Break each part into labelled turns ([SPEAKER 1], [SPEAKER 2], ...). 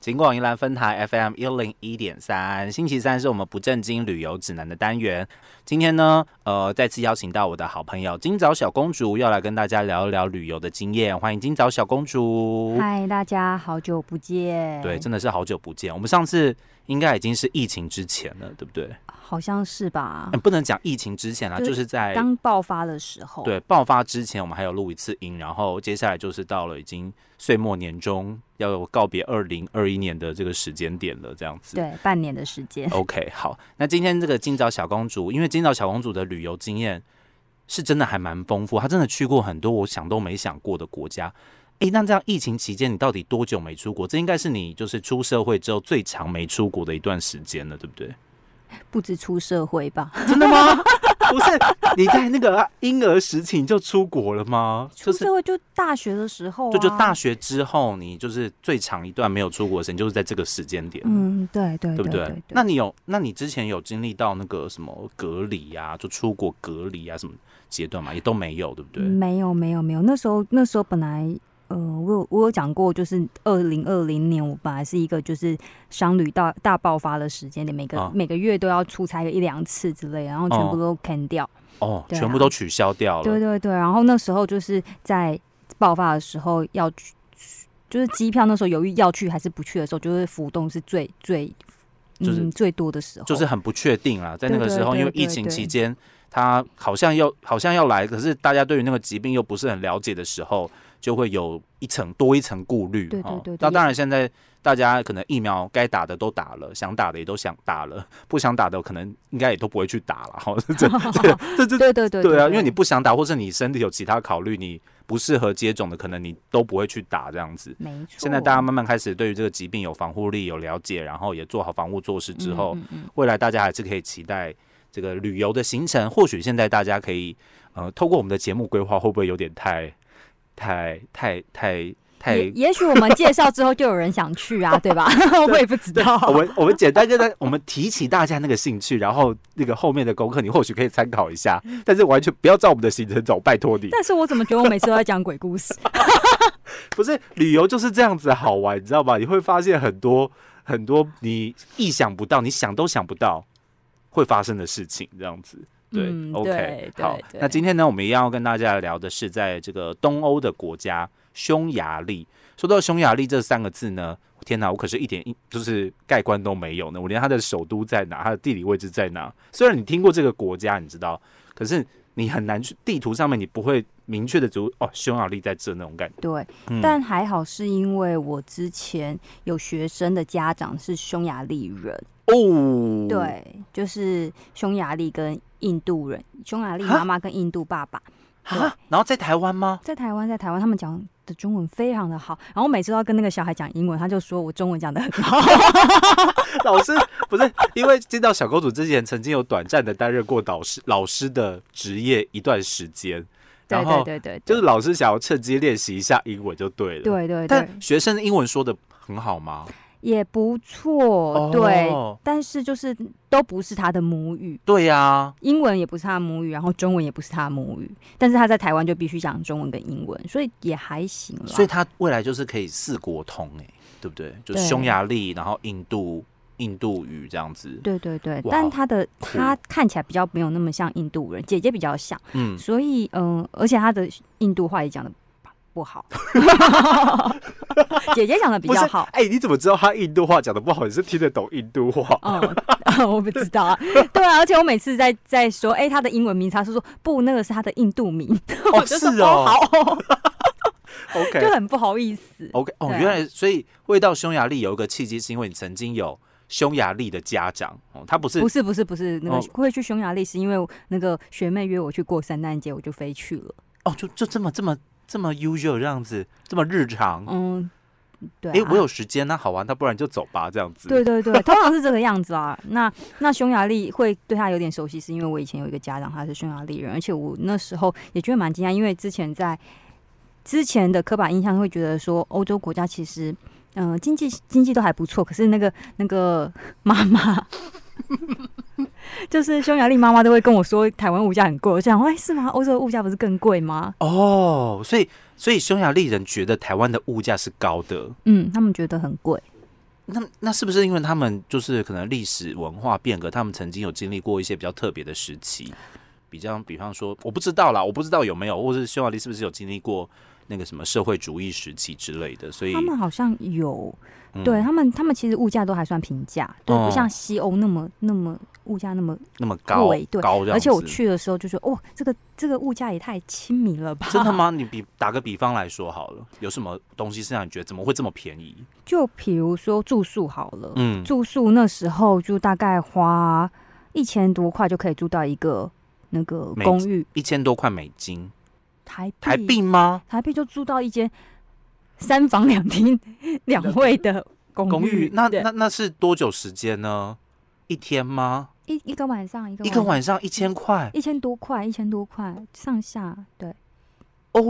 [SPEAKER 1] 尽管宜兰分台 FM 一零一点三，星期三是我们不正经旅游指南的单元。今天呢，呃，再次邀请到我的好朋友今早小公主，要来跟大家聊一聊旅游的经验。欢迎今早小公主。
[SPEAKER 2] 嗨，大家好久不见。
[SPEAKER 1] 对，真的是好久不见。我们上次应该已经是疫情之前了，对不对？
[SPEAKER 2] 好像是吧
[SPEAKER 1] 嗯，？不能讲疫情之前啦，
[SPEAKER 2] 就
[SPEAKER 1] 就是是在
[SPEAKER 2] 刚爆发的时候。
[SPEAKER 1] 哎对，爆发之前，我们还有录一次音，然后接下来就是到了已经岁末年终，要有告别二零二一年的这个时间点了，这样子。
[SPEAKER 2] 对，半年的时间。
[SPEAKER 1] OK，好，那今天这个今早小公主，因为今早小公主的旅游经验是真的还蛮丰富，她真的去过很多我想都没想过的国家。诶，那这样疫情期间你到底多久没出国？这应该是你就是出社会之后最长没出国的一段时间了，对不对？
[SPEAKER 2] 不止出社会吧？
[SPEAKER 1] 真的吗？ 不是，你在那个婴儿时期你就出国了吗？
[SPEAKER 2] 出
[SPEAKER 1] 就是
[SPEAKER 2] 社会就大学的时候、啊。
[SPEAKER 1] 就就大。学之后，你就是最长一段没有出国的时间，就是在这个时间点，
[SPEAKER 2] 嗯，对对
[SPEAKER 1] 对不
[SPEAKER 2] 对
[SPEAKER 1] 那你有，那你之前有经历到那个什么隔离呀、就出国隔离啊什么阶段吗？也都没有，对不对？
[SPEAKER 2] 没有没有没有，那时候那时候本来。呃，我有我有讲过，就是二零二零年，我本来是一个就是商旅大大爆发的时间点，每个、
[SPEAKER 1] 啊
[SPEAKER 2] 每个月都要出差个一两次之类，然后全部都 can 掉。
[SPEAKER 1] 哦，
[SPEAKER 2] 对啊
[SPEAKER 1] 全部都取消掉了。
[SPEAKER 2] 对对对，然后那时候就是在爆发的时候要去，就是机票那时候犹豫要去还是不去的时候，就是浮动是最最嗯、
[SPEAKER 1] 就是
[SPEAKER 2] 最多的时候，
[SPEAKER 1] 就是很不确定啦，在那个时候，
[SPEAKER 2] 对对对
[SPEAKER 1] 因为疫情期间，他好像要好像要来，可是大家对于那个疾病又不是很了解的时候，就会有一层多一层顾虑。哦
[SPEAKER 2] 对对对对
[SPEAKER 1] 那当然，现在大家可能疫苗该打的都打了，想打的也都想打了，不想打的可能应该也都不会去打了。哈， 这这这这
[SPEAKER 2] 对对对
[SPEAKER 1] 对啊，因为你不想打，或是你身体有其他考虑，你不适合接种的，可能你都不会去打这样子。
[SPEAKER 2] 没错，
[SPEAKER 1] 现在大家慢慢开始对于这个疾病有防护力、有了解，然后也做好防护措施之后，
[SPEAKER 2] 嗯嗯嗯
[SPEAKER 1] 未来大家还是可以期待这个旅游的行程。或许现在大家可以呃，透过我们的节目规划，会不会有点太太太太太？
[SPEAKER 2] 也也许我们介绍之后就有人想去啊，对吧？ 我也不知道，
[SPEAKER 1] 我们我们简单跟大我们提起大家那个兴趣，然后那个后面的功课你或许可以参考一下，但是完全不要照我们的行程走，拜托你。
[SPEAKER 2] 但是我怎么觉得我每次都在讲鬼故事？
[SPEAKER 1] 不是旅游就是这样子好玩，你知道吧？你会发现很多很多你意想不到、你想都想不到会发生的事情，这样子。对、
[SPEAKER 2] 嗯
[SPEAKER 1] o k
[SPEAKER 2] 对对
[SPEAKER 1] 好
[SPEAKER 2] 对
[SPEAKER 1] 那今天呢，我们一样要跟大家聊的是在这个东欧的国家匈牙利。说到匈牙利这三个字呢，天哪，我可是一点一就是盖棺都没有呢，我连它的首都在哪，它的地理位置在哪。虽然你听过这个国家，你知道，可是你很难去地图上面，你不会明确的足哦，匈牙利在这那种感觉。
[SPEAKER 2] 对，
[SPEAKER 1] 嗯
[SPEAKER 2] 但还好是因为我之前有学生的家长是匈牙利人。
[SPEAKER 1] 哦，，
[SPEAKER 2] 对，就是匈牙利跟印度人，匈牙利妈妈跟印度爸爸，
[SPEAKER 1] 啊，然后在台湾吗？
[SPEAKER 2] 在台湾，在台湾他们讲的中文非常的好，然后我每次都要跟那个小孩讲英文，他就说我中文讲的很好，
[SPEAKER 1] 老师不是，因为见到小公主之前，曾经有短暂的担任过导师老师的职业一段时间，
[SPEAKER 2] 对
[SPEAKER 1] 然后
[SPEAKER 2] 对对对，
[SPEAKER 1] 就是老师想要趁机练习一下英文就对了。，
[SPEAKER 2] 对对对，
[SPEAKER 1] 但学生的英文说的很好吗？
[SPEAKER 2] 也不错，对，
[SPEAKER 1] 哦
[SPEAKER 2] 但是就是都不是他的母语。
[SPEAKER 1] 对啊呀、
[SPEAKER 2] 英文也不是他的母语，然后中文也不是他的母语，但是他在台湾就必须讲中文跟英文，所以也还行啦。
[SPEAKER 1] 所以他未来就是可以四国通哎、对不对？就是
[SPEAKER 2] 啊对
[SPEAKER 1] 匈牙利，然后印度印度语这样子。
[SPEAKER 2] 对对对，
[SPEAKER 1] 哇
[SPEAKER 2] 但他的
[SPEAKER 1] 酷
[SPEAKER 2] 他看起来比较没有那么像印度人，姐姐比较像。
[SPEAKER 1] 嗯，
[SPEAKER 2] 所以，嗯、而且他的印度话也讲的不好， 姐姐讲的比
[SPEAKER 1] 不是
[SPEAKER 2] 较好。
[SPEAKER 1] 哎、你怎么知道他印度话讲的不好？你是听得懂印度话？
[SPEAKER 2] 嗯，我不知道啊，对啊，而且我每次在在说，哎、他的英文名，他是说不，那个是他的印 度名，
[SPEAKER 1] 哦
[SPEAKER 2] 我就说
[SPEAKER 1] 是哦
[SPEAKER 2] 好，
[SPEAKER 1] ，OK，
[SPEAKER 2] 就很不好意思。
[SPEAKER 1] OK，哦，
[SPEAKER 2] 对啊
[SPEAKER 1] 原来所以会到匈牙利有一个契机，是因为你曾经有匈牙利的家长哦，他不是
[SPEAKER 2] 不是不是不是，那个
[SPEAKER 1] 哦
[SPEAKER 2] 会去匈牙利是因为那个学妹约我去过圣诞节，我就飞去了。
[SPEAKER 1] 哦，就就这么这么这么 usual 这样子，这么日常。哎、
[SPEAKER 2] 嗯，对、啊。
[SPEAKER 1] 我有时间，那好啊玩，那不然就走吧，这样子。
[SPEAKER 2] 对对对，通常是这个样子啊。那那匈牙利会对他有点熟悉，是因为我以前有一个家长他是匈牙利人，而且我那时候也觉得蛮惊讶，因为之前在之前的刻板印象会觉得说欧洲国家其实。嗯、经济经济都还不错，可是那个那个妈妈， 就是匈牙利妈妈都会跟我说台湾物价很贵，我就想，哎，是吗？欧洲的物价不是更贵吗？
[SPEAKER 1] 哦，所以所以匈牙利人觉得台湾的物价是高的
[SPEAKER 2] 嗯，他们觉得很贵，
[SPEAKER 1] 那那是不是因为他们就是可能历史文化变革，他们曾经有经历过一些比较特别的时期，比较比方说，我不知道啦，我不知道有没有，或是匈牙利是不是有经历过那个什么社会主义时期之类的，所以
[SPEAKER 2] 他们好像有，
[SPEAKER 1] 嗯
[SPEAKER 2] 对他们，他们其实物价都还算平价，对，
[SPEAKER 1] 哦
[SPEAKER 2] 不像西欧那么那么物价那么
[SPEAKER 1] 那么高
[SPEAKER 2] 贵对
[SPEAKER 1] 高这样子，
[SPEAKER 2] 而且我去的时候就觉得，哦，这个这个物价也太亲民了吧？
[SPEAKER 1] 真的？吗？你比打个比方来说好了，有什么东西是让你觉得怎么会这么便宜？
[SPEAKER 2] 就比如说住宿好了，
[SPEAKER 1] 嗯，
[SPEAKER 2] 住宿那时候就大概花一千多块就可以住到一个那个
[SPEAKER 1] 美
[SPEAKER 2] 公寓，
[SPEAKER 1] 一千多块美金，
[SPEAKER 2] 台币
[SPEAKER 1] 台币吗？
[SPEAKER 2] 台币就住到一间三房两厅两卫的公寓，
[SPEAKER 1] 公寓那
[SPEAKER 2] 嗯对
[SPEAKER 1] 那那是多久时间呢？一天吗？
[SPEAKER 2] 一一个晚上一个
[SPEAKER 1] 一个
[SPEAKER 2] 晚
[SPEAKER 1] 晚上一千块
[SPEAKER 2] 一千多块，一千多块上下，对，
[SPEAKER 1] 哦，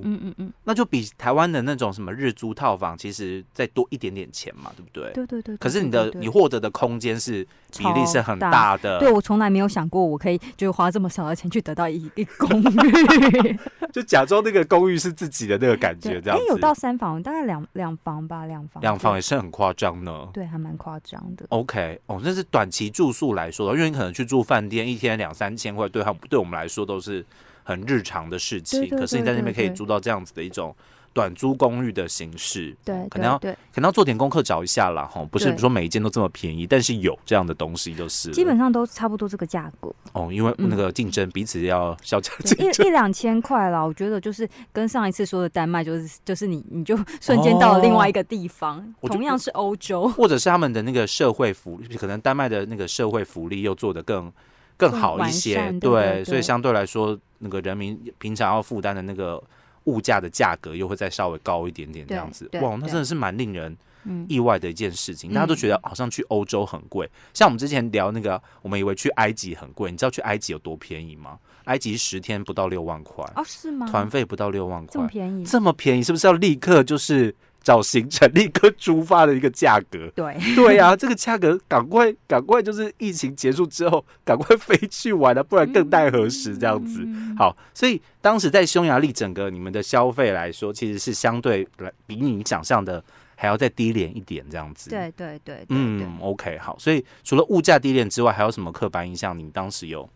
[SPEAKER 2] 嗯嗯嗯，
[SPEAKER 1] 那就比台湾的那种什么日租套房，其实再多一点点钱嘛，对不对？
[SPEAKER 2] 对对对。对
[SPEAKER 1] 可是你
[SPEAKER 2] 对
[SPEAKER 1] 的
[SPEAKER 2] 对
[SPEAKER 1] 你获得的空间是比例是很
[SPEAKER 2] 超
[SPEAKER 1] 大的，
[SPEAKER 2] 对我从来没有想过我可以就花这么少的钱去得到一一个公寓，
[SPEAKER 1] 就假装那个公寓是自己的那个感
[SPEAKER 2] 对
[SPEAKER 1] 觉，这样
[SPEAKER 2] 诶有到
[SPEAKER 1] 子。
[SPEAKER 2] 三房，大概两两房吧，两房
[SPEAKER 1] 两房
[SPEAKER 2] 对
[SPEAKER 1] 也是很夸张呢。
[SPEAKER 2] 对，还蛮夸张的。
[SPEAKER 1] OK，哦，这是短期住宿来说的，因为你可能去住饭店一天两三千块，对他对我们来说都是很日常的事情。
[SPEAKER 2] 对对
[SPEAKER 1] 可是你在那边可以
[SPEAKER 2] 对对
[SPEAKER 1] 租到这样子的一种短租公寓的形式，
[SPEAKER 2] 对，
[SPEAKER 1] 可能要
[SPEAKER 2] 对
[SPEAKER 1] 可能要做点功课找一下啦，吼，不是
[SPEAKER 2] 对
[SPEAKER 1] 说每一间都这么便宜，但是有这样的东西就是
[SPEAKER 2] 对，
[SPEAKER 1] 了
[SPEAKER 2] 基本上都差不多这个价格，
[SPEAKER 1] 哦，因为
[SPEAKER 2] 嗯
[SPEAKER 1] 那个竞争彼此要削价
[SPEAKER 2] 对
[SPEAKER 1] 竞争。
[SPEAKER 2] 一一两千块啦。我觉得就是跟上一次说的丹麦，就是就是你你就瞬间到了另外一个地方，
[SPEAKER 1] 我就
[SPEAKER 2] 同样是欧洲，
[SPEAKER 1] 或者是他们的那个社会福利，可能丹麦的那个社会福利又做得更更好一些
[SPEAKER 2] 更完，善
[SPEAKER 1] 对
[SPEAKER 2] 对对对
[SPEAKER 1] 所以相对来说，那个人民平常要负担的那个物价的价格又会再稍微高一点点，这样子，
[SPEAKER 2] 对对
[SPEAKER 1] 哇，那
[SPEAKER 2] 对
[SPEAKER 1] 真的是蛮令人
[SPEAKER 2] 嗯，
[SPEAKER 1] 意外的一件事情。大家都觉得好像去欧洲很贵，像我们之前聊那个，我们以为去埃及很贵，你知道去埃及有多便宜吗？埃及十天不到六万块，
[SPEAKER 2] 哦是吗？
[SPEAKER 1] 团费不到六万
[SPEAKER 2] 这
[SPEAKER 1] 块
[SPEAKER 2] 么，便宜，
[SPEAKER 1] 这么便宜，是不是要立刻就是找行程， 立刻出发的一个价格？
[SPEAKER 2] 对，
[SPEAKER 1] 对呀、这个价格赶快赶快，就是疫情结束之后，赶快飞去玩啊，不然更待何时？这样子。
[SPEAKER 2] 嗯
[SPEAKER 1] 好，所以当时在匈牙利，整个你们的消费来说，其实是相对来比你想象的还要再低廉一点，这样子。，
[SPEAKER 2] 对对对对对
[SPEAKER 1] 嗯，OK，好。所以除了物价低廉之外，还有什么刻板印象？你当时有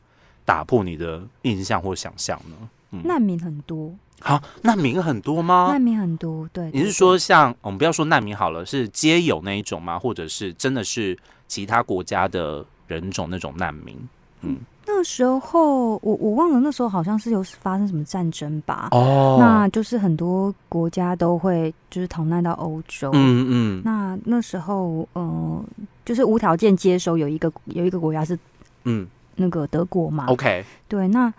[SPEAKER 1] 打破你的印象或想象呢？
[SPEAKER 2] 难民很多，
[SPEAKER 1] 好，难民很多吗？
[SPEAKER 2] 难民很多，对。
[SPEAKER 1] 啊你
[SPEAKER 2] 对
[SPEAKER 1] 是说像我们不要说难民好了，是街友那一种吗？或者是真的是其他国家的人种那种难民？
[SPEAKER 2] 那时候我我忘了，那时候好像是有发生什么战争吧？
[SPEAKER 1] 哦
[SPEAKER 2] 那就是很多国家都会就是逃难到欧洲。
[SPEAKER 1] 嗯嗯
[SPEAKER 2] 那那时候，呃，就是无条件接收有一个有一个国家是
[SPEAKER 1] 嗯
[SPEAKER 2] 那个德国嘛。
[SPEAKER 1] ，OK，
[SPEAKER 2] 对，那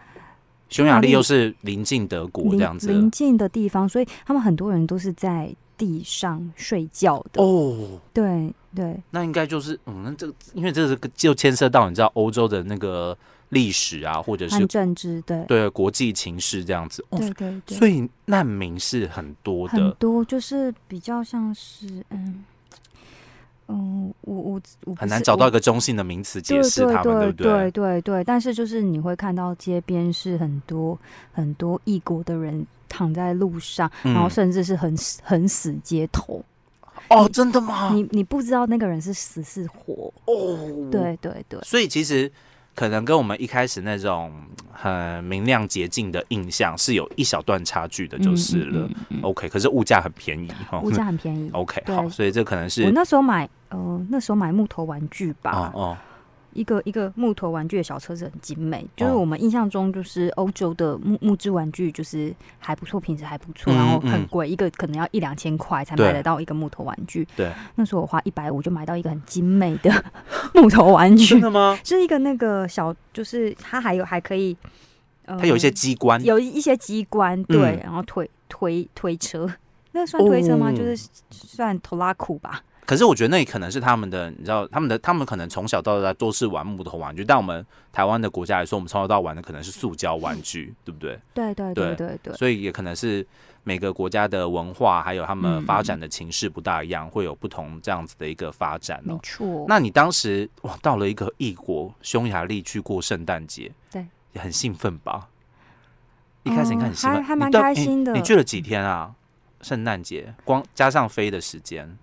[SPEAKER 1] 匈牙利又是邻近德国这
[SPEAKER 2] 邻
[SPEAKER 1] 样
[SPEAKER 2] 邻
[SPEAKER 1] 子
[SPEAKER 2] 近的地方，所以他们很多人都是在地上睡觉的。
[SPEAKER 1] 哦，
[SPEAKER 2] 对对，
[SPEAKER 1] 那应该就是嗯，那这个因为这个就牵涉到你知道欧洲的那个历史啊，或者是
[SPEAKER 2] 按政治对
[SPEAKER 1] 对国际情势这样子。哦，
[SPEAKER 2] 对对对，
[SPEAKER 1] 所以难民是很多
[SPEAKER 2] 很
[SPEAKER 1] 的，
[SPEAKER 2] 多就是比较像是嗯嗯，我我我不
[SPEAKER 1] 很难
[SPEAKER 2] 是
[SPEAKER 1] 找
[SPEAKER 2] 我
[SPEAKER 1] 到一个中性的名词解释他们，
[SPEAKER 2] 对
[SPEAKER 1] 不
[SPEAKER 2] 对对对，但是就是你会看到街边是很多很多异国的人躺在路上，
[SPEAKER 1] 嗯
[SPEAKER 2] 然后甚至是很很死街头，
[SPEAKER 1] 哦，真的吗？
[SPEAKER 2] 你你不知道那个人是死是活。
[SPEAKER 1] 哦，
[SPEAKER 2] 对对对，
[SPEAKER 1] 所以其实可能跟我们一开始那种很明亮洁净的印象是有一小段差距的，就是了。
[SPEAKER 2] 嗯嗯嗯嗯
[SPEAKER 1] OK，可是物价很便宜哈。
[SPEAKER 2] 物价很便宜。
[SPEAKER 1] OK，
[SPEAKER 2] 对
[SPEAKER 1] 好，所以这可能
[SPEAKER 2] 我
[SPEAKER 1] 是
[SPEAKER 2] 那时候买，呃，那时候买木头玩具
[SPEAKER 1] 哦
[SPEAKER 2] 吧，
[SPEAKER 1] 哦，
[SPEAKER 2] 一个一个木头玩具的小车子很精美，就是
[SPEAKER 1] 哦
[SPEAKER 2] 我们印象中就是欧洲的木木质玩具就是还不错，品质还不错，
[SPEAKER 1] 嗯
[SPEAKER 2] 然后很
[SPEAKER 1] 嗯
[SPEAKER 2] 贵，一个可能要一两千块才
[SPEAKER 1] 对
[SPEAKER 2] 买得到一个木头玩具。
[SPEAKER 1] 对，
[SPEAKER 2] 那时候我花一百五就买到一个很精美的木头玩具
[SPEAKER 1] 真，的 吗？
[SPEAKER 2] 是一个那个小，就是它还有还可以，呃
[SPEAKER 1] 它有一些机关
[SPEAKER 2] 有一些机关，对，
[SPEAKER 1] 嗯
[SPEAKER 2] 然后推推推车，那算推车吗？
[SPEAKER 1] 哦
[SPEAKER 2] 就是算拖拉库吧。
[SPEAKER 1] 可是我觉得那也可能是他们的，你知道，他们的他们可能从小到大都是玩木头玩具，但我们台湾的国家来说，我们从小到大玩的可能是塑胶玩具，对不对？
[SPEAKER 2] 对对
[SPEAKER 1] 对
[SPEAKER 2] 对对嗯对，
[SPEAKER 1] 所以也可能是每个国家的文化还有他们
[SPEAKER 2] 嗯
[SPEAKER 1] 发展的情势不大一样，会有不同这样子的一个发展哦
[SPEAKER 2] 没。错。
[SPEAKER 1] 那你当时哇，到了一个异国匈牙利去过圣诞节，
[SPEAKER 2] 对，
[SPEAKER 1] 也很兴奋吧？一开始你看很
[SPEAKER 2] 嗯
[SPEAKER 1] 兴奋，
[SPEAKER 2] 还还
[SPEAKER 1] 你
[SPEAKER 2] 蛮
[SPEAKER 1] 到
[SPEAKER 2] 开
[SPEAKER 1] 你
[SPEAKER 2] 心的
[SPEAKER 1] 你去了几天啊？圣诞节光加上飞的时间，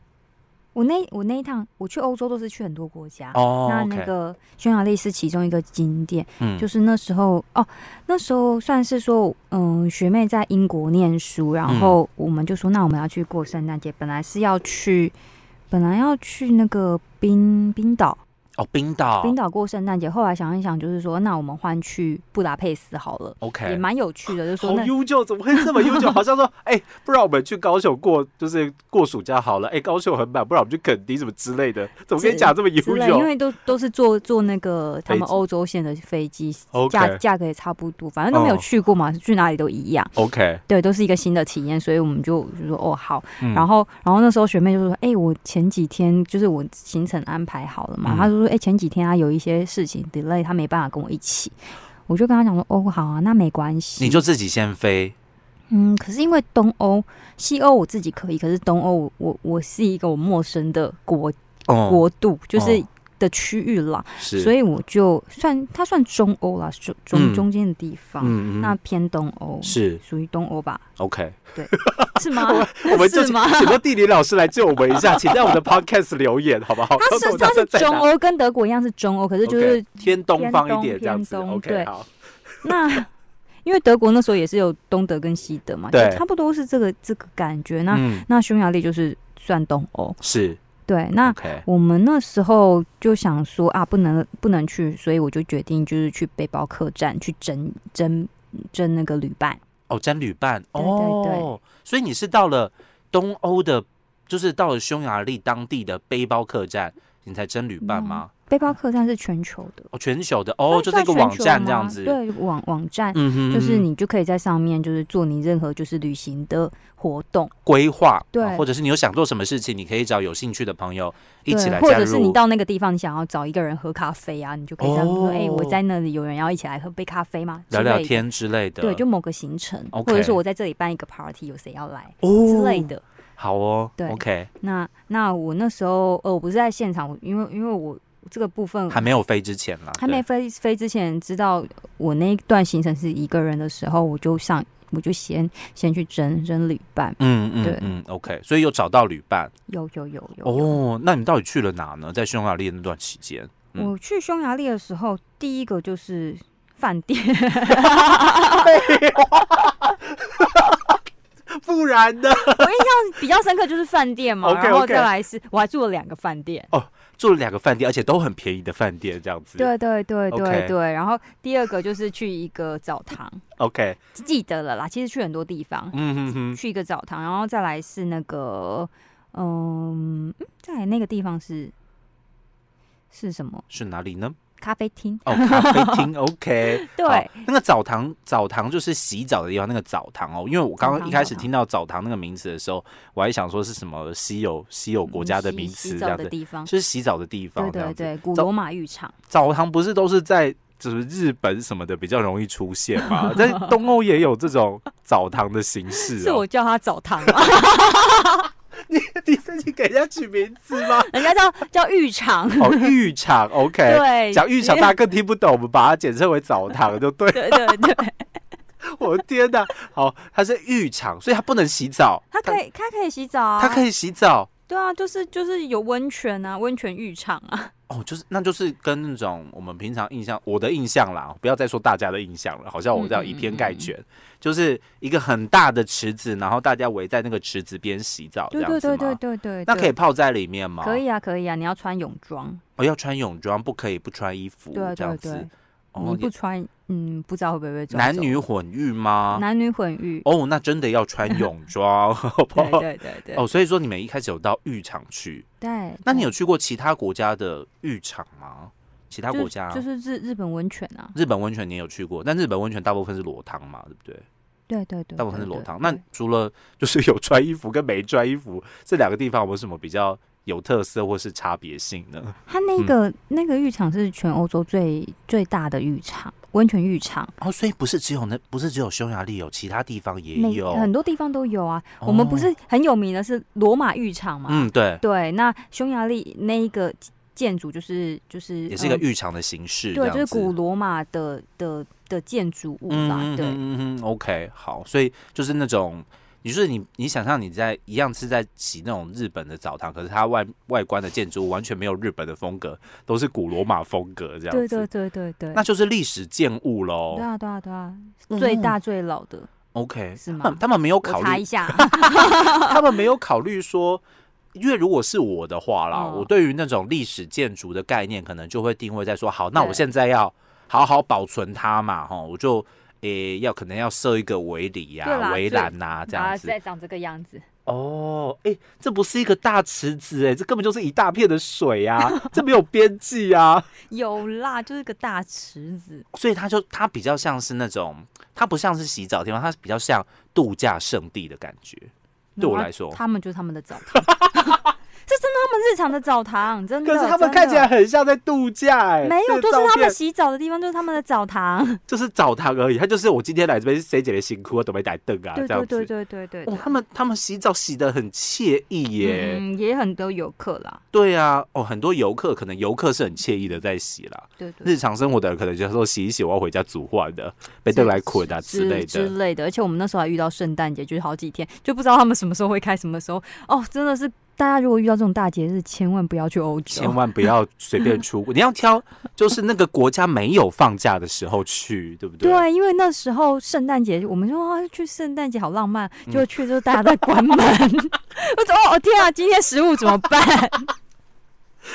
[SPEAKER 2] 我那我那一趟我去欧洲都是去很多国家，
[SPEAKER 1] 哦
[SPEAKER 2] 啊那那
[SPEAKER 1] ，OK，
[SPEAKER 2] 个匈牙利是其中一个景点。
[SPEAKER 1] 嗯，
[SPEAKER 2] 就是是那时候哦，那时候算是说，嗯，学妹在英国念书，然
[SPEAKER 1] 嗯
[SPEAKER 2] 后我们就说，那我们要去过圣诞节，本来是要去，本来要去那个冰冰岛，
[SPEAKER 1] 哦，冰岛，
[SPEAKER 2] 冰岛过圣诞节，后来想一想，就是说，那我们换去布达佩斯好了，也
[SPEAKER 1] OK，
[SPEAKER 2] 蛮有趣的，就说
[SPEAKER 1] 好
[SPEAKER 2] 那。
[SPEAKER 1] 悠久，怎么会这么悠 久？好像说，哎、不然我们去高雄过，就是过暑假好了。哎、高雄很满，不然我们去垦丁什么之类的。怎么跟你讲这么悠
[SPEAKER 2] 之类，因
[SPEAKER 1] 久
[SPEAKER 2] 为都都是坐坐那个他们
[SPEAKER 1] 飞机
[SPEAKER 2] 欧洲线的飞机，价
[SPEAKER 1] ？OK
[SPEAKER 2] 价格也差不多，反正都没有
[SPEAKER 1] 哦
[SPEAKER 2] 去过嘛，去哪里都一样，
[SPEAKER 1] OK，
[SPEAKER 2] 对，都是一个新的体验，所以我们就就说哦好，
[SPEAKER 1] 嗯
[SPEAKER 2] 然后，然后那时候学妹就说：“哎、我前几天就是我行程安排好了嘛。
[SPEAKER 1] 嗯
[SPEAKER 2] 她就说：“哎、前几天她有一些事情 delay，她没办法跟我一起。”我就跟她讲说：“哦，好啊，那没关系。”
[SPEAKER 1] 你就自己先飞，
[SPEAKER 2] 嗯，可是因为东欧、西欧我自己可以，可是东欧我我我是一个我陌生的国
[SPEAKER 1] 哦，
[SPEAKER 2] 国度，就是
[SPEAKER 1] 哦
[SPEAKER 2] 的区域啦，
[SPEAKER 1] 是，
[SPEAKER 2] 所
[SPEAKER 1] 以，
[SPEAKER 2] 以我就算它算中欧啦，中中
[SPEAKER 1] 嗯
[SPEAKER 2] 中间的地方，
[SPEAKER 1] 嗯
[SPEAKER 2] 那偏东欧
[SPEAKER 1] 是
[SPEAKER 2] 属于东欧 吧？
[SPEAKER 1] OK。
[SPEAKER 2] 是吗？
[SPEAKER 1] 我们就是
[SPEAKER 2] 吗？
[SPEAKER 1] 请个地理老师来救我们一 下，请在我们的 Podcast 留言，好不好？
[SPEAKER 2] 它
[SPEAKER 1] 告诉
[SPEAKER 2] 是
[SPEAKER 1] 我们
[SPEAKER 2] 它是
[SPEAKER 1] 在哪
[SPEAKER 2] 中欧，跟德国一样是中欧，可是就是
[SPEAKER 1] OK，偏东
[SPEAKER 2] 偏
[SPEAKER 1] 方一
[SPEAKER 2] 东
[SPEAKER 1] 点这样
[SPEAKER 2] 偏
[SPEAKER 1] 子。
[SPEAKER 2] 东
[SPEAKER 1] OK，
[SPEAKER 2] 对
[SPEAKER 1] 好，
[SPEAKER 2] 那因为德国那时候也是有东德跟西德嘛，就
[SPEAKER 1] 对
[SPEAKER 2] 差不多是这个这个感觉。那、
[SPEAKER 1] 嗯，
[SPEAKER 2] 那匈牙利就是算东欧，
[SPEAKER 1] 是
[SPEAKER 2] 对。那
[SPEAKER 1] OK，
[SPEAKER 2] 我们那时候就想说啊，不能不能去，所以我就决定就是去背包客栈去争争争那个旅伴。
[SPEAKER 1] 哦，真旅伴
[SPEAKER 2] 对
[SPEAKER 1] 哦，
[SPEAKER 2] 对
[SPEAKER 1] 所以你是到了东欧的，就是到了匈牙利当地的背包客栈，你才真旅伴吗？
[SPEAKER 2] 背包客栈是全球的，
[SPEAKER 1] 哦，全球的哦，就是一个
[SPEAKER 2] 嗯算全
[SPEAKER 1] 网
[SPEAKER 2] 球
[SPEAKER 1] 站这样
[SPEAKER 2] 吗
[SPEAKER 1] 子，
[SPEAKER 2] 对，网网站。
[SPEAKER 1] 嗯哼，
[SPEAKER 2] 就是
[SPEAKER 1] 嗯哼
[SPEAKER 2] 你就可以在上面，就是做你任何就是旅行的活动，
[SPEAKER 1] 规划，
[SPEAKER 2] 对
[SPEAKER 1] 啊或者是你有想做什么事情，你可以找有兴趣的朋友一起
[SPEAKER 2] 对，
[SPEAKER 1] 来
[SPEAKER 2] 或
[SPEAKER 1] 加
[SPEAKER 2] 者是你
[SPEAKER 1] 入。
[SPEAKER 2] 到那个地方，你想要找一个人喝咖啡啊，你就可以这样说：“
[SPEAKER 1] 哦
[SPEAKER 2] 哎、我在那里，有人要一起来喝杯咖啡吗？”
[SPEAKER 1] 聊聊
[SPEAKER 2] 之类的，
[SPEAKER 1] 天之类的，
[SPEAKER 2] 对，就某个行程
[SPEAKER 1] OK
[SPEAKER 2] 或者说我在这里办一个 party，有谁要来、
[SPEAKER 1] 哦
[SPEAKER 2] 之类，的。
[SPEAKER 1] 好哦，
[SPEAKER 2] 对
[SPEAKER 1] o k
[SPEAKER 2] 那那我那时候呃，我不是在现场，我因为因为我这个部分
[SPEAKER 1] 还没有飞之前啦，
[SPEAKER 2] 嗯还
[SPEAKER 1] 对
[SPEAKER 2] 没飞飞之前，知道我那一段行程是一个人的时候，我就上我就先先去整整旅伴，
[SPEAKER 1] 嗯嗯
[SPEAKER 2] 对
[SPEAKER 1] 嗯，OK，所以有找到旅伴
[SPEAKER 2] 有有有有有
[SPEAKER 1] 哦。那你到底去了哪呢？在匈牙利的那段期 间，嗯
[SPEAKER 2] 我去匈牙利的时候，第一个就是饭店。
[SPEAKER 1] 不然呢？
[SPEAKER 2] 比较深刻就是饭店嘛
[SPEAKER 1] OK，OK
[SPEAKER 2] 然后再来是我还住了两个饭店。
[SPEAKER 1] 住了两个饭店，而且都很便宜的饭店，这样子。
[SPEAKER 2] 对对对
[SPEAKER 1] OK
[SPEAKER 2] 对对，然后第二个就是去一个澡堂，
[SPEAKER 1] ，OK，
[SPEAKER 2] 记得了啦。其实去很多地方，
[SPEAKER 1] 嗯哼哼，
[SPEAKER 2] 去一个澡堂，然后再来是那个，嗯，嗯再来那个地方是是什么？
[SPEAKER 1] 是哪里呢？
[SPEAKER 2] 咖啡厅。
[SPEAKER 1] 哦，咖啡 厅，OK，
[SPEAKER 2] 对
[SPEAKER 1] 好，那个澡堂，澡堂就是洗澡的地方，那个澡堂哦，因为我刚
[SPEAKER 2] 澡
[SPEAKER 1] 刚
[SPEAKER 2] 堂
[SPEAKER 1] 一开始
[SPEAKER 2] 澡堂
[SPEAKER 1] 听到澡堂那个名词的时候，我还想说是什么稀有稀有国家的
[SPEAKER 2] 嗯洗
[SPEAKER 1] 名
[SPEAKER 2] 洗
[SPEAKER 1] 词这
[SPEAKER 2] 澡
[SPEAKER 1] 样
[SPEAKER 2] 的
[SPEAKER 1] 子，
[SPEAKER 2] 地方。
[SPEAKER 1] 就是洗澡的地
[SPEAKER 2] 对
[SPEAKER 1] 方这
[SPEAKER 2] 对
[SPEAKER 1] 样子。
[SPEAKER 2] 对，古
[SPEAKER 1] 澡
[SPEAKER 2] 罗马浴场。
[SPEAKER 1] 澡堂不是都是在就是日本什么的比较容易出现 嘛，在东欧也有这种澡堂的形式
[SPEAKER 2] 是
[SPEAKER 1] 哦
[SPEAKER 2] 我。叫它澡堂吗？
[SPEAKER 1] 你自己给人家取名字 吗？
[SPEAKER 2] 人家叫叫浴场。
[SPEAKER 1] 哦，浴场，OK，
[SPEAKER 2] 对，
[SPEAKER 1] 讲浴场大家更听不懂，我们把它简称为澡堂就对。
[SPEAKER 2] 对对对，
[SPEAKER 1] 我的天哪，好，它是浴场，所以它不能洗澡，
[SPEAKER 2] 它可以，它可以洗澡啊。
[SPEAKER 1] 它，它可以洗澡
[SPEAKER 2] 对啊，就是就是有温泉啊，温泉浴场啊。
[SPEAKER 1] 哦，就是那就是跟那种我们平常印象，我的印象啦，不要再说大家的印象了，好像我这样以偏概
[SPEAKER 2] 嗯
[SPEAKER 1] 全，就是一个很大的池子，然后大家围在那个池子边洗澡这
[SPEAKER 2] 对
[SPEAKER 1] 样
[SPEAKER 2] 对
[SPEAKER 1] 子吗？
[SPEAKER 2] 对对对对，
[SPEAKER 1] 那可以
[SPEAKER 2] 对
[SPEAKER 1] 泡在里面吗？
[SPEAKER 2] 可，以啊，可以啊，你要穿泳装，
[SPEAKER 1] 哦，要穿泳装，不可以不穿衣服，
[SPEAKER 2] 对
[SPEAKER 1] 哦这
[SPEAKER 2] 对
[SPEAKER 1] 样
[SPEAKER 2] 对
[SPEAKER 1] 子。，
[SPEAKER 2] 你
[SPEAKER 1] 哦，
[SPEAKER 2] 不穿，嗯，不知道会不会被抓
[SPEAKER 1] 男
[SPEAKER 2] 走
[SPEAKER 1] 女混浴吗？
[SPEAKER 2] 男女混浴，
[SPEAKER 1] 哦，那真的要穿泳装， 好不
[SPEAKER 2] 对
[SPEAKER 1] 好？
[SPEAKER 2] 对对对，
[SPEAKER 1] 哦，所以说你们一开始有到浴场去，
[SPEAKER 2] 对。
[SPEAKER 1] 那你
[SPEAKER 2] 对
[SPEAKER 1] 有去过其他国家的浴场吗？其他
[SPEAKER 2] 就
[SPEAKER 1] 国家嗯
[SPEAKER 2] 就是日日本温泉啊，
[SPEAKER 1] 日本温泉你也有去过，但日本温泉大部分是裸汤嘛，对不对？
[SPEAKER 2] 对对对，
[SPEAKER 1] 大部分
[SPEAKER 2] 对
[SPEAKER 1] 是裸
[SPEAKER 2] 对
[SPEAKER 1] 汤。那
[SPEAKER 2] 对
[SPEAKER 1] 除了就是有穿衣服跟没穿衣服这两个地方，有没有什么比较有特色或是差别性呢？
[SPEAKER 2] 它那个那个浴场是全欧洲最最大的浴场，温泉浴场，
[SPEAKER 1] 哦，所以不是只有那，不是只有匈牙利有，其他地方也
[SPEAKER 2] 每
[SPEAKER 1] 有。
[SPEAKER 2] 很多地方都有啊。我们不
[SPEAKER 1] 哦
[SPEAKER 2] 是很有名的是罗马浴场嘛？
[SPEAKER 1] 嗯，对，
[SPEAKER 2] 对，那匈牙利那一个建筑就是就是
[SPEAKER 1] 也是一个
[SPEAKER 2] 嗯
[SPEAKER 1] 浴场的形式，
[SPEAKER 2] 对，
[SPEAKER 1] 这
[SPEAKER 2] 就是
[SPEAKER 1] 样子
[SPEAKER 2] 古罗马的的的建筑物啦，
[SPEAKER 1] 嗯
[SPEAKER 2] 对
[SPEAKER 1] 嗯嗯嗯，OK，好，所以就是那种你就是你，你想象你在一样是在洗那种日本的澡堂，可是它外外观的建筑物完全没有日本的风格，都是古罗马风格这样
[SPEAKER 2] 对
[SPEAKER 1] 子，
[SPEAKER 2] 对对对对，
[SPEAKER 1] 那就是哦历史建物喽
[SPEAKER 2] 对。啊对啊对啊，最大最老的
[SPEAKER 1] OK，
[SPEAKER 2] 是
[SPEAKER 1] 他
[SPEAKER 2] 吗
[SPEAKER 1] 们？他们没有
[SPEAKER 2] 我
[SPEAKER 1] 嗯考
[SPEAKER 2] 查
[SPEAKER 1] 虑
[SPEAKER 2] 一，下，
[SPEAKER 1] 他们没有考虑说，因为如果是我的话啦，
[SPEAKER 2] 嗯
[SPEAKER 1] 我对于那种历史建筑的概念，可能就会定位在说，好，那我
[SPEAKER 2] 对
[SPEAKER 1] 现在要好好保存它嘛，哈，我就诶、要可能要设一个围篱
[SPEAKER 2] 对
[SPEAKER 1] 呀、
[SPEAKER 2] 啦
[SPEAKER 1] 围
[SPEAKER 2] 最
[SPEAKER 1] 栏呐这样
[SPEAKER 2] 啊，
[SPEAKER 1] 子。
[SPEAKER 2] 再长这个样子，
[SPEAKER 1] 哦，哎、这不是一个大池子哎、这根本就是一大片的水 啊，这没有边际啊，
[SPEAKER 2] 有啦，就是个大池子，
[SPEAKER 1] 所以它就它比较像是那种，它不像是洗澡的地方，它比较像度假胜地的感觉。对我
[SPEAKER 2] 然后
[SPEAKER 1] 来说
[SPEAKER 2] 他们就是他们的澡堂， 这真的他们日常的澡堂，真的。
[SPEAKER 1] 可是他们
[SPEAKER 2] 真的
[SPEAKER 1] 看起来很像在度假哎、
[SPEAKER 2] 没有，
[SPEAKER 1] 这
[SPEAKER 2] 就是
[SPEAKER 1] 照
[SPEAKER 2] 他们
[SPEAKER 1] 片
[SPEAKER 2] 洗澡的地方，就是他们的澡堂。
[SPEAKER 1] 就是澡堂而已，它就是我今天来这边谁姐的辛苦，我准备打凳啊
[SPEAKER 2] 对
[SPEAKER 1] 这样
[SPEAKER 2] 对
[SPEAKER 1] 子。
[SPEAKER 2] 对对对对对
[SPEAKER 1] 哦，他们他们洗澡洗得很惬意耶，
[SPEAKER 2] 嗯，也很多游客啦，
[SPEAKER 1] 对啊，哦，很多游客可能游客是很惬意的在洗啦，
[SPEAKER 2] 对对
[SPEAKER 1] 日常生活的人可能就说洗一洗，我要回家煮饭的，被邓来捆啊之类
[SPEAKER 2] 之
[SPEAKER 1] 的。
[SPEAKER 2] 类的。而且我们那时候还遇到圣诞节，就是好几天，就不知道他们什么时候会开，什么时候哦，真的是大家如果遇到这种大节日，千万不要去欧洲，
[SPEAKER 1] 千万不要随便 出国，你要挑就是那个国家没有放假的时候去，对不对？
[SPEAKER 2] 对，因为那时候圣诞节，我们说、啊、去圣诞节好浪漫，
[SPEAKER 1] 嗯
[SPEAKER 2] 结果去就是大家在关门， 我说哦天啊，今天食物怎么 办？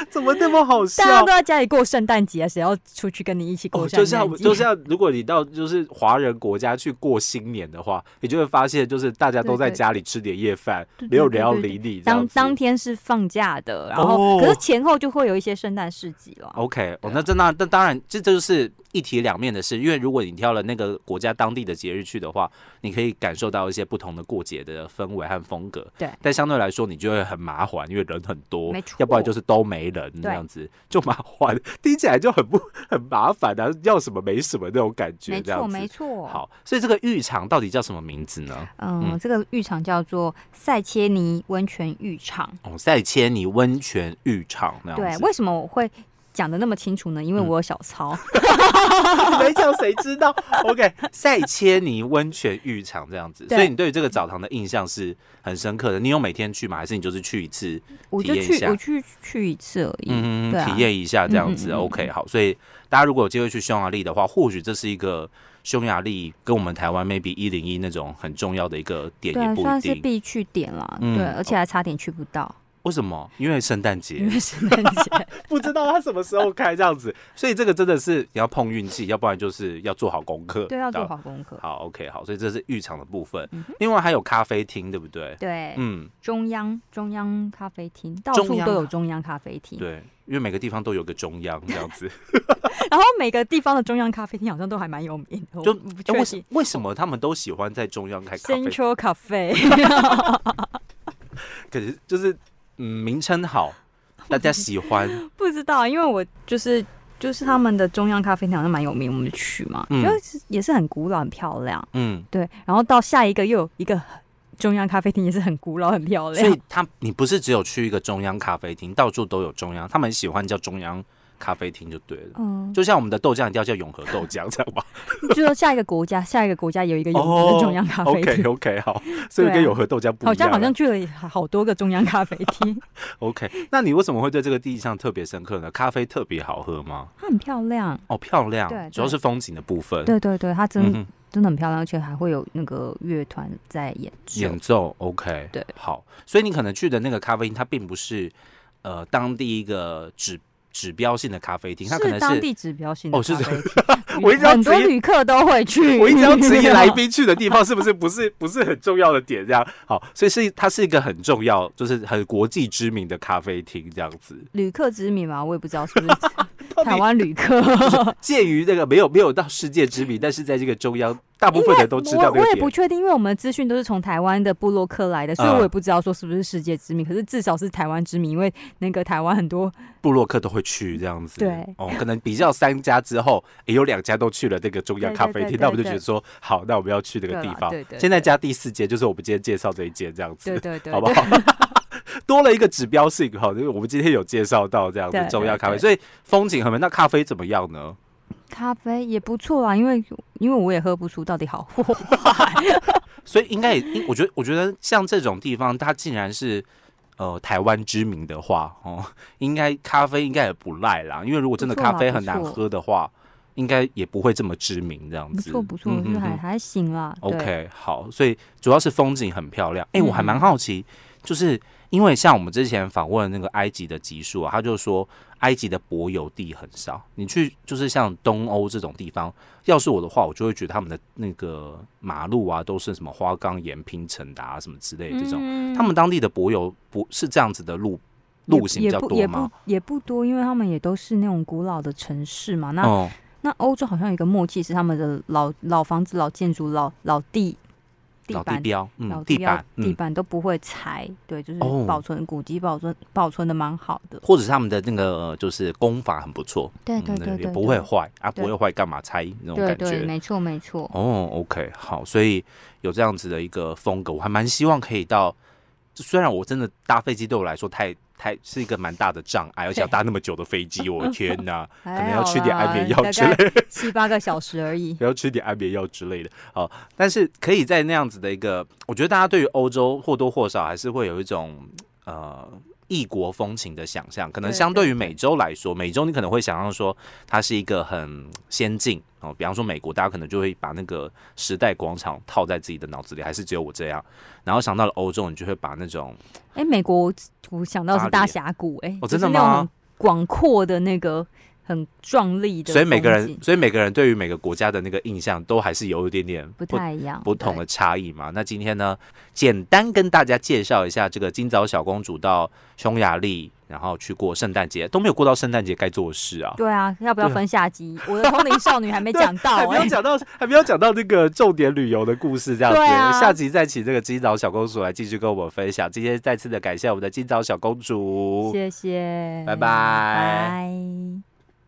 [SPEAKER 1] 怎么那么好
[SPEAKER 2] 大家
[SPEAKER 1] 笑
[SPEAKER 2] 都？在家里过圣诞节啊，谁要出去跟你一起过
[SPEAKER 1] 啊哦，
[SPEAKER 2] 圣
[SPEAKER 1] 就
[SPEAKER 2] 诞
[SPEAKER 1] 像
[SPEAKER 2] 节？
[SPEAKER 1] 就像如果你到就是华人国家去过新年的话，你就会发现就是大家都在
[SPEAKER 2] 对对
[SPEAKER 1] 家里吃年夜饭，
[SPEAKER 2] 对对
[SPEAKER 1] 没有人要
[SPEAKER 2] 对对
[SPEAKER 1] 理你这
[SPEAKER 2] 当
[SPEAKER 1] 样子。
[SPEAKER 2] 当天是放假的，然后、
[SPEAKER 1] 哦
[SPEAKER 2] 可是前后就会有一些圣诞市集了。
[SPEAKER 1] OK，哦
[SPEAKER 2] 对，啊
[SPEAKER 1] 那这那那当然，这这就是一体两面的事。因为如果你挑了那个国家当地的节日去的话，你可以感受到一些不同的过节的氛围和风格。
[SPEAKER 2] 对
[SPEAKER 1] 但相对来说，你就会很麻烦，因为人很多，
[SPEAKER 2] 没错
[SPEAKER 1] 要不然就是都没人这样子，就麻烦， 听起来就很不很麻烦啊，要什么没什么那种感觉，
[SPEAKER 2] 没
[SPEAKER 1] 这
[SPEAKER 2] 错，
[SPEAKER 1] 样
[SPEAKER 2] 没
[SPEAKER 1] 子。
[SPEAKER 2] 错。，
[SPEAKER 1] 好，所以这个浴场到底叫什么名字呢？
[SPEAKER 2] 嗯，
[SPEAKER 1] 嗯
[SPEAKER 2] 这个浴场叫做塞切尼温泉浴场。
[SPEAKER 1] 哦，塞切尼温泉浴场那
[SPEAKER 2] 对
[SPEAKER 1] 样，子。嗯
[SPEAKER 2] 为什么我会讲的那么清楚呢？因为我有小抄。
[SPEAKER 1] 没叫谁知道。OK，塞切尼温泉浴场这样子，
[SPEAKER 2] 对
[SPEAKER 1] 所以你对于这个澡堂的印象是很深刻的。你有每天去吗？还是你就是去一次，
[SPEAKER 2] 我
[SPEAKER 1] 体
[SPEAKER 2] 就
[SPEAKER 1] 验一
[SPEAKER 2] 去，
[SPEAKER 1] 下
[SPEAKER 2] 我去去一次而已。
[SPEAKER 1] 嗯，
[SPEAKER 2] 对啊
[SPEAKER 1] 体验一下这样子
[SPEAKER 2] 嗯嗯嗯嗯
[SPEAKER 1] ？OK，好。所以大家如果有机会去匈牙利的话，或许这是一个匈牙利跟我们台湾 maybe 一零一那种很重要的一个点，
[SPEAKER 2] 对啊，
[SPEAKER 1] 也不
[SPEAKER 2] 算
[SPEAKER 1] 一
[SPEAKER 2] 是
[SPEAKER 1] 定。
[SPEAKER 2] 必去点啦。
[SPEAKER 1] 嗯
[SPEAKER 2] 对，而且还差点去不到，
[SPEAKER 1] 为什么？因为圣诞节
[SPEAKER 2] 因。为圣诞 节。
[SPEAKER 1] 不知道他什么时候开这样子， 所以这个真的是你要碰运气，要不然就是要做好功课。
[SPEAKER 2] 对，要做。好功课。
[SPEAKER 1] 好，OK，好，所以这是浴场的部分
[SPEAKER 2] 嗯哼。
[SPEAKER 1] 另外还有咖啡厅，对不对？
[SPEAKER 2] 对，
[SPEAKER 1] 嗯，
[SPEAKER 2] 中央中央咖啡厅，到
[SPEAKER 1] 中
[SPEAKER 2] 处
[SPEAKER 1] 央
[SPEAKER 2] 都有
[SPEAKER 1] 咖
[SPEAKER 2] 中央咖啡厅，
[SPEAKER 1] 对，因为每个地方都有个中央这样 子。
[SPEAKER 2] 然后每个地方的中央咖啡厅好像都还蛮有名的，
[SPEAKER 1] 就
[SPEAKER 2] 我不
[SPEAKER 1] 哎，为
[SPEAKER 2] 确
[SPEAKER 1] 什
[SPEAKER 2] 定。
[SPEAKER 1] 为什么他们都喜欢在中央开咖啡？
[SPEAKER 2] Central Cafe，
[SPEAKER 1] 可是就是嗯，名称 好，大家喜欢。
[SPEAKER 2] 不知道，因为我就是就是他们的中央咖啡厅好像蛮有名，我们去嘛，
[SPEAKER 1] 嗯
[SPEAKER 2] 就是也是很古老、很漂亮。
[SPEAKER 1] 嗯，
[SPEAKER 2] 对，然后到下一个又有一个中央咖啡厅，也是很古老、很漂
[SPEAKER 1] 所
[SPEAKER 2] 亮
[SPEAKER 1] 以。他你不是只有去一个中央咖啡厅，到处都有中央，他们喜欢叫中央咖啡厅就对了。
[SPEAKER 2] 嗯，
[SPEAKER 1] 就像我们的豆浆一定要叫永和豆浆， 这样吧？
[SPEAKER 2] 就说下一个国家，下一个国家有一个有名的中央咖啡厅
[SPEAKER 1] 哦 OK，OK，好，所以
[SPEAKER 2] 对
[SPEAKER 1] 跟
[SPEAKER 2] 啊
[SPEAKER 1] 永和豆浆不一样啊。
[SPEAKER 2] 好像好像去了好多个中央咖啡厅，
[SPEAKER 1] OK。那你为什么会对这个地上特别深刻呢？咖啡特别好喝吗？
[SPEAKER 2] 它很漂亮。
[SPEAKER 1] 哦，漂亮，
[SPEAKER 2] 对
[SPEAKER 1] 主要
[SPEAKER 2] 对
[SPEAKER 1] 是风景的部分。
[SPEAKER 2] 对对对，它真、
[SPEAKER 1] 嗯哼。
[SPEAKER 2] 真的很漂亮，而且还会有那个乐团在演奏。
[SPEAKER 1] 演奏 OK，
[SPEAKER 2] 对，
[SPEAKER 1] 好，所以你可能去的那个咖啡厅，它并不是呃当地一个指指标性的咖啡厅，它可能
[SPEAKER 2] 是当
[SPEAKER 1] 是。
[SPEAKER 2] 地指标性的
[SPEAKER 1] 哦是
[SPEAKER 2] 咖啡厅，
[SPEAKER 1] 我一直要
[SPEAKER 2] 很多
[SPEAKER 1] 质疑
[SPEAKER 2] 旅客都会去。
[SPEAKER 1] 我一直 要质疑来宾去的地方是不是不是不是很重要的点，这样好，所以是它是一个很重要，就是很国际知名的咖啡厅这样子。
[SPEAKER 2] 旅客之名嘛，我也不知道是 不是
[SPEAKER 1] 到底
[SPEAKER 2] 台湾旅客。
[SPEAKER 1] 鉴于这个没有没有到世界知名，但是在这个中央，大部分人都知道
[SPEAKER 2] 我
[SPEAKER 1] 这
[SPEAKER 2] 我
[SPEAKER 1] 个
[SPEAKER 2] 也不
[SPEAKER 1] 点。
[SPEAKER 2] 确定，因为我们的资讯都是从台湾的部落客来的，所以
[SPEAKER 1] 嗯
[SPEAKER 2] 我也不知道说是不是世界知名，可是至少是台湾知名，因为那个台湾 很多
[SPEAKER 1] 布洛克都会去这样子，
[SPEAKER 2] 对
[SPEAKER 1] 哦，可能比较三家之后，也有两家都去了这个中央
[SPEAKER 2] 对
[SPEAKER 1] 咖
[SPEAKER 2] 对
[SPEAKER 1] 啡
[SPEAKER 2] 对
[SPEAKER 1] 厅，
[SPEAKER 2] 对
[SPEAKER 1] 那我们就
[SPEAKER 2] 对
[SPEAKER 1] 觉得说，好，那我们要去那个
[SPEAKER 2] 对
[SPEAKER 1] 地
[SPEAKER 2] 啦
[SPEAKER 1] 方
[SPEAKER 2] 对。对
[SPEAKER 1] 现在
[SPEAKER 2] 对
[SPEAKER 1] 加第四间，就是我们今天介绍这一间这样
[SPEAKER 2] 对
[SPEAKER 1] 子，
[SPEAKER 2] 对 对，
[SPEAKER 1] 好不
[SPEAKER 2] 对？
[SPEAKER 1] 好？多了一个指标性，好，因为我们今天有介绍到这样子
[SPEAKER 2] 对
[SPEAKER 1] 中央咖啡，
[SPEAKER 2] 对对
[SPEAKER 1] 所以风景很美。那咖啡怎么样呢？
[SPEAKER 2] 咖啡也不错啦，因为因为我也喝不出到底好或坏，
[SPEAKER 1] 所以应该也，应我觉得，我觉得像这种地方，它竟然是呃台湾知名的话，哦，应该咖啡应该也不赖啦。因为如果真的
[SPEAKER 2] 不错啦啊
[SPEAKER 1] 咖啡很难
[SPEAKER 2] 不错
[SPEAKER 1] 喝的话，应该也不会这么知名这样
[SPEAKER 2] 不
[SPEAKER 1] 子。
[SPEAKER 2] 错不错，
[SPEAKER 1] 嗯
[SPEAKER 2] 我觉得
[SPEAKER 1] 嗯
[SPEAKER 2] 还
[SPEAKER 1] 嗯
[SPEAKER 2] 还行啦。对
[SPEAKER 1] OK，好，所以主要是风景很漂亮。哎、我还
[SPEAKER 2] 嗯
[SPEAKER 1] 蛮好奇，就是因为像我们之前访问那个埃及的集数啊，他就说埃及的柏油地很少。你去就是像东欧这种地方，要是我的话，我就会觉得他们的那个马路啊，都是什么花岗岩拼成的啊，什么之类的这种。
[SPEAKER 2] 嗯
[SPEAKER 1] 他们当地的柏油不是这样子的路路型比
[SPEAKER 2] 也
[SPEAKER 1] 较
[SPEAKER 2] 也不
[SPEAKER 1] 多
[SPEAKER 2] 也不
[SPEAKER 1] 吗？
[SPEAKER 2] 也不多，因为他们也都是那种古老的城市嘛。那、
[SPEAKER 1] 哦，
[SPEAKER 2] 那欧洲好像有一个默契是他们的老老房子、老建筑、老老地地
[SPEAKER 1] 老地
[SPEAKER 2] 板、
[SPEAKER 1] 标，
[SPEAKER 2] 老
[SPEAKER 1] 嗯，
[SPEAKER 2] 地
[SPEAKER 1] 地
[SPEAKER 2] 标
[SPEAKER 1] 板，
[SPEAKER 2] 地
[SPEAKER 1] 嗯，
[SPEAKER 2] 板都不会拆，对，就是
[SPEAKER 1] 哦
[SPEAKER 2] 保存古迹保存保存的蛮好的。
[SPEAKER 1] 或者是他们的那个呃就是功法很不错，
[SPEAKER 2] 哎对
[SPEAKER 1] 嗯那也不会坏啊，不
[SPEAKER 2] 对
[SPEAKER 1] 会坏干嘛拆那种
[SPEAKER 2] 对
[SPEAKER 1] 感
[SPEAKER 2] 对，
[SPEAKER 1] 觉。
[SPEAKER 2] 没错没错。
[SPEAKER 1] 哦，OK，好，所以有这样子的一个风格，我还蛮希望可以到。就虽然我真的搭飞机对我来说太太是一个蛮大的障碍，而且要搭那么久的飞机，我的天哪！
[SPEAKER 2] 可
[SPEAKER 1] 能要吃点安眠药之类，
[SPEAKER 2] 七八个小时而已。
[SPEAKER 1] 不要吃点安眠药之类的。好，但是可以在那样子的一个，我觉得大家对于欧洲或多或少还是会有一种呃异国风情的想象。可能
[SPEAKER 2] 对
[SPEAKER 1] 相对
[SPEAKER 2] 对
[SPEAKER 1] 于美洲来说，美洲你可能会想象说它是一个很先进哦，比方说美国，大家可能就会把那个时代广场套在自己的脑子里，还是只有我这样。然后想到了欧洲，你就会把那种
[SPEAKER 2] 哎，美国我想到是
[SPEAKER 1] 巴
[SPEAKER 2] 大
[SPEAKER 1] 黎
[SPEAKER 2] 峡谷，哎，
[SPEAKER 1] 哦
[SPEAKER 2] 就是
[SPEAKER 1] 真的
[SPEAKER 2] 那种
[SPEAKER 1] 吗
[SPEAKER 2] 很广阔的那个很壮丽的风景，
[SPEAKER 1] 所以每个人，所以每个人对于每个国家的那个印象都还是有一点点
[SPEAKER 2] 不太一样，
[SPEAKER 1] 不同
[SPEAKER 2] 对。
[SPEAKER 1] 的差异嘛。那今天呢，简单跟大家介绍一下这个今早小公主到匈牙利，然后去过圣诞节，都没有过到圣诞节该做的事啊。
[SPEAKER 2] 对啊，要不要
[SPEAKER 1] 对啊
[SPEAKER 2] 分下集？我的通灵少女还没讲
[SPEAKER 1] 啊还
[SPEAKER 2] 到
[SPEAKER 1] 没有
[SPEAKER 2] 哎，
[SPEAKER 1] 讲到，还没有讲到那个重点旅游的故事，这样子。
[SPEAKER 2] 对啊
[SPEAKER 1] 下集再请这个今早小公主来继续跟我们分享。今天再次的感谢我们的今早小公主，
[SPEAKER 2] 谢谢，
[SPEAKER 1] 拜拜
[SPEAKER 2] 拜。